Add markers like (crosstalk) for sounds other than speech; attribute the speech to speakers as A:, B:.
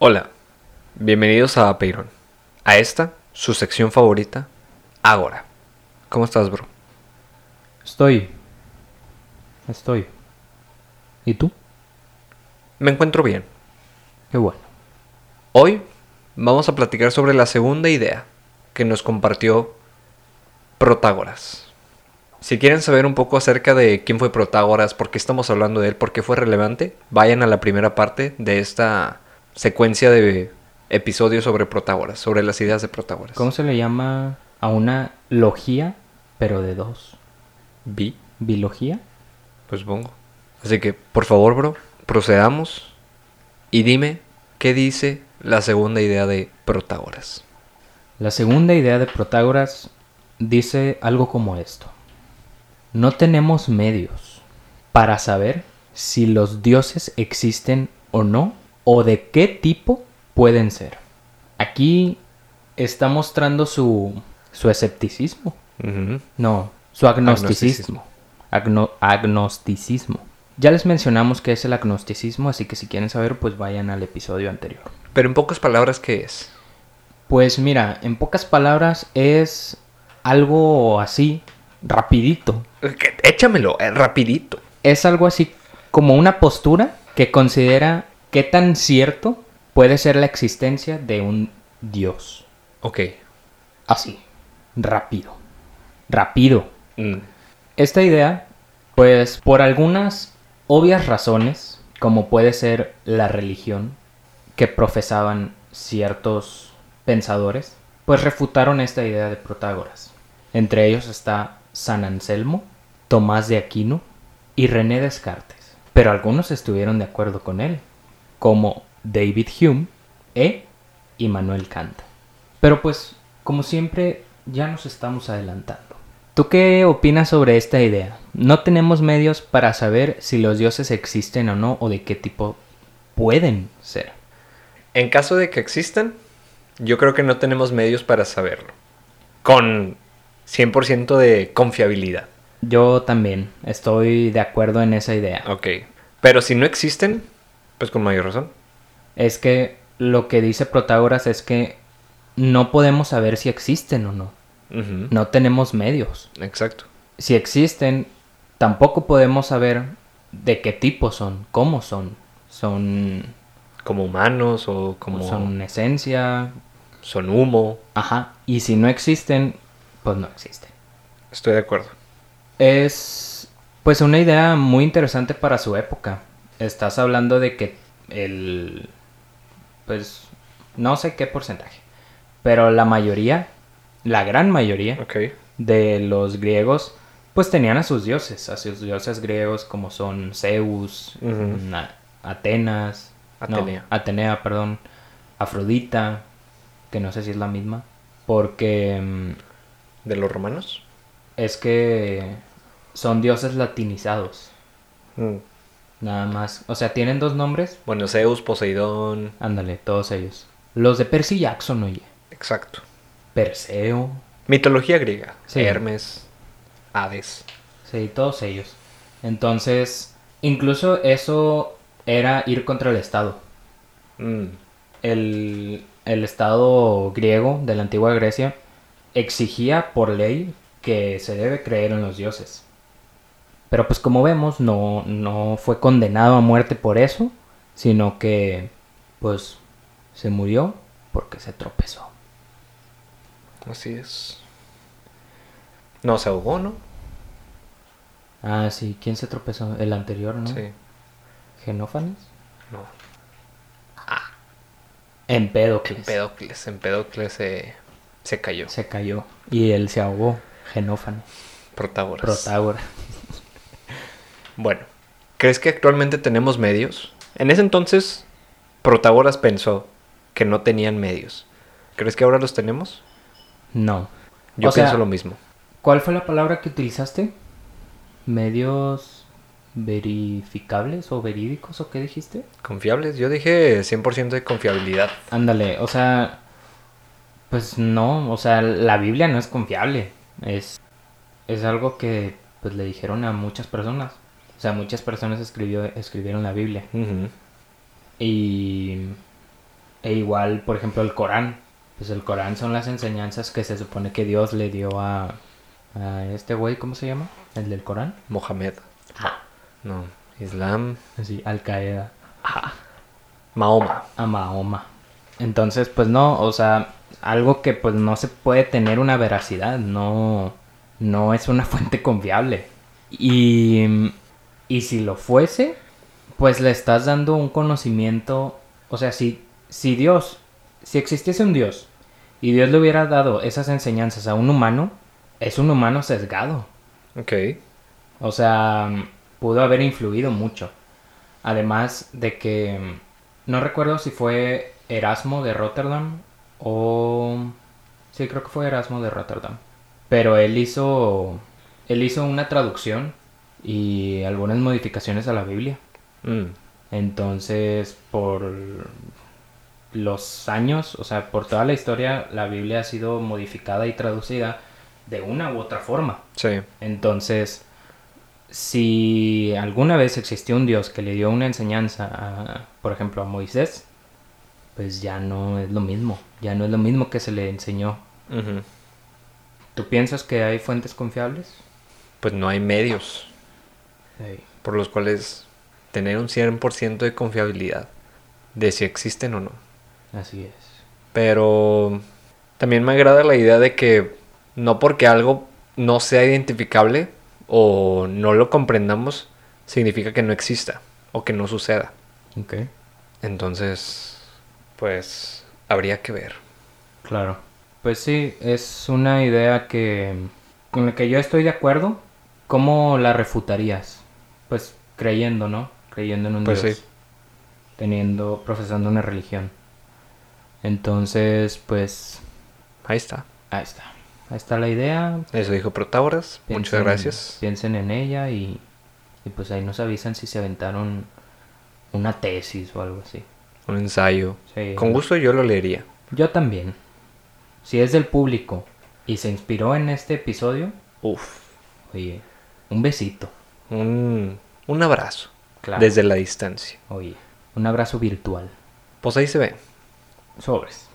A: Hola, bienvenidos a Apeiron, a esta, su sección favorita, Ágora. ¿Cómo estás, bro?
B: Estoy. Estoy. ¿Y tú?
A: Me encuentro bien.
B: Qué bueno.
A: Hoy vamos a platicar sobre la segunda idea que nos compartió Protágoras. Si quieren saber un poco acerca de quién fue Protágoras, por qué estamos hablando de él, por qué fue relevante, vayan a la primera parte de esta secuencia de episodios sobre Protágoras, sobre las ideas de Protágoras.
B: ¿Cómo se le llama a una logía, pero de dos?
A: Vi,
B: ¿Bilogía?
A: pues pongo. Así que, por favor, bro, procedamos y dime qué dice la segunda idea de Protágoras.
B: La segunda idea de Protágoras dice algo como esto. No tenemos medios para saber si los dioses existen o no, o de qué tipo pueden ser. Aquí está mostrando su, su escepticismo.
A: Ujú.
B: No, su agnosticismo. Agno- agnosticismo. Ya les mencionamos qué es el agnosticismo, así que si quieren saber, pues vayan al episodio anterior.
A: Pero en pocas palabras, ¿qué es?
B: Pues mira, en pocas palabras es algo así, rapidito.
A: Que- Échamelo, eh, rapidito.
B: Es algo así como una postura que considera qué tan cierto puede ser la existencia de un dios.
A: Ok.
B: Así, rápido. Rápido.
A: Mm.
B: Esta idea, pues por algunas obvias razones, como puede ser la religión que profesaban ciertos pensadores, pues refutaron esta idea de Protágoras. Entre ellos está San Anselmo, Tomás de Aquino y René Descartes. Pero algunos estuvieron de acuerdo con él, como David Hume e Immanuel Kant. Pero pues, como siempre, ya nos estamos adelantando. ¿Tú qué opinas sobre esta idea? No tenemos medios para saber si los dioses existen o no, o de qué tipo pueden ser.
A: En caso de que existan, yo creo que no tenemos medios para saberlo. Con 100% de confiabilidad.
B: Yo también estoy de acuerdo en esa idea.
A: Ok. Pero si no existen, pues con mayor razón.
B: Es que lo que dice Protágoras es que no podemos saber si existen o no.
A: Ujú.
B: No tenemos medios.
A: Exacto.
B: Si existen, tampoco podemos saber de qué tipo son, cómo son. Son,
A: Como humanos o como
B: son esencia,
A: son humo.
B: Ajá. Y si no existen, pues no existen.
A: Estoy de acuerdo.
B: Es pues una idea muy interesante para su época. Estás hablando de que el pues no sé qué porcentaje, pero la mayoría, la gran mayoría
A: Ok.
B: de los griegos pues tenían a sus dioses, a sus dioses griegos como son Zeus,
A: Ujú.
B: Na- Atenas, no,
A: Atenea.
B: Atenea, perdón, Afrodita, que no sé si es la misma, porque mm,
A: ¿De los romanos?
B: es que son dioses latinizados,
A: Mm.
B: nada más. O sea, tienen dos nombres,
A: Bueno, Zeus, Poseidón.
B: ándale, todos ellos. Los de Percy Jackson, oye.
A: Exacto.
B: Perseo,
A: Mitología griega.
B: Sí.
A: Hermes. Hades.
B: sí, todos ellos. Entonces, incluso eso era ir contra el Estado.
A: Mm.
B: el, el Estado griego de la antigua Grecia exigía por ley que se debe creer en los dioses. Pero pues como vemos, no, no fue condenado a muerte por eso, sino que pues se murió porque se tropezó.
A: Así es. No, se ahogó, ¿no?
B: Ah, sí, ¿quién se tropezó? El anterior, ¿no?
A: Sí.
B: ¿Genófanes?
A: No.
B: Empédocles.
A: Empedocles, Empedocles se, se cayó.
B: Se cayó y él se ahogó. Genófanes.
A: Protágoras.
B: Protágoras.
A: bueno, ¿crees que actualmente tenemos medios? En ese entonces, Protágoras pensó que no tenían medios. ¿Crees que ahora los tenemos?
B: No.
A: Yo
B: O sea,
A: pienso lo mismo.
B: ¿Cuál fue la palabra que utilizaste? ¿Medios verificables o verídicos o qué dijiste?
A: ¿Confiables? Yo dije 100% de confiabilidad.
B: Ándale, o sea, pues no, o sea, la Biblia no es confiable. Es, es algo que pues le dijeron a muchas personas. O sea, muchas personas escribió, escribieron la Biblia.
A: Ujú.
B: Y E igual, por ejemplo, el Corán. Pues el Corán son las enseñanzas que se supone que Dios le dio a, a este güey, ¿cómo se llama? El del Corán.
A: Mohamed. No. Islam.
B: Así, Al Qaeda.
A: Mahoma.
B: a Mahoma. Entonces, pues no, o sea, algo que pues no se puede tener una veracidad, no, no es una (laughs) fuente confiable. Y, y si lo fuese, pues le estás dando un conocimiento, o sea, si, si Dios, si existiese un Dios y Dios le hubiera dado esas enseñanzas a un humano, es un humano sesgado.
A: Ok.
B: O sea, pudo haber influido mucho. Además de que no recuerdo si fue Erasmo de Rotterdam o sí creo que fue Erasmo de Rotterdam. Pero él hizo él hizo una traducción y algunas modificaciones a la Biblia.
A: Mm.
B: Entonces, por los años, o sea, por toda la historia, la Biblia ha sido modificada y traducida de una u otra forma.
A: Sí.
B: Entonces, si alguna vez existió un Dios que le dio una enseñanza, a, por ejemplo, a Moisés, pues ya no es lo mismo, ya no es lo mismo que se le enseñó.
A: Ujú.
B: ¿Tú piensas que hay fuentes confiables?
A: Pues no hay medios
B: Sí.
A: por los cuales tener un 100% de confiabilidad de si existen o no.
B: Así es.
A: Pero también me agrada la idea de que no porque algo no sea identificable o no lo comprendamos, significa que no exista o que no suceda.
B: Ok,
A: Entonces, pues habría que ver.
B: claro. Pues sí, es una idea que con la que yo estoy de acuerdo. ¿Cómo la refutarías? Pues creyendo, ¿no? Creyendo en un
A: Pues
B: Dios.
A: sí.
B: teniendo, profesando una religión. Entonces, pues,
A: Ahí está.
B: ahí está. Ahí está la idea.
A: Eso dijo Protágoras. Muchas
B: Piensen-
A: gracias.
B: Piensen en ella y, y pues ahí nos avisan si se aventaron una tesis o algo así.
A: Un ensayo.
B: Sí.
A: Con gusto yo lo leería.
B: Yo también. Si es del público y se inspiró en este episodio,
A: Uf.
B: oye, un besito.
A: Un, un abrazo.
B: Claro.
A: Desde la distancia.
B: Oye, un abrazo virtual.
A: Pues ahí se ve.
B: Sobres.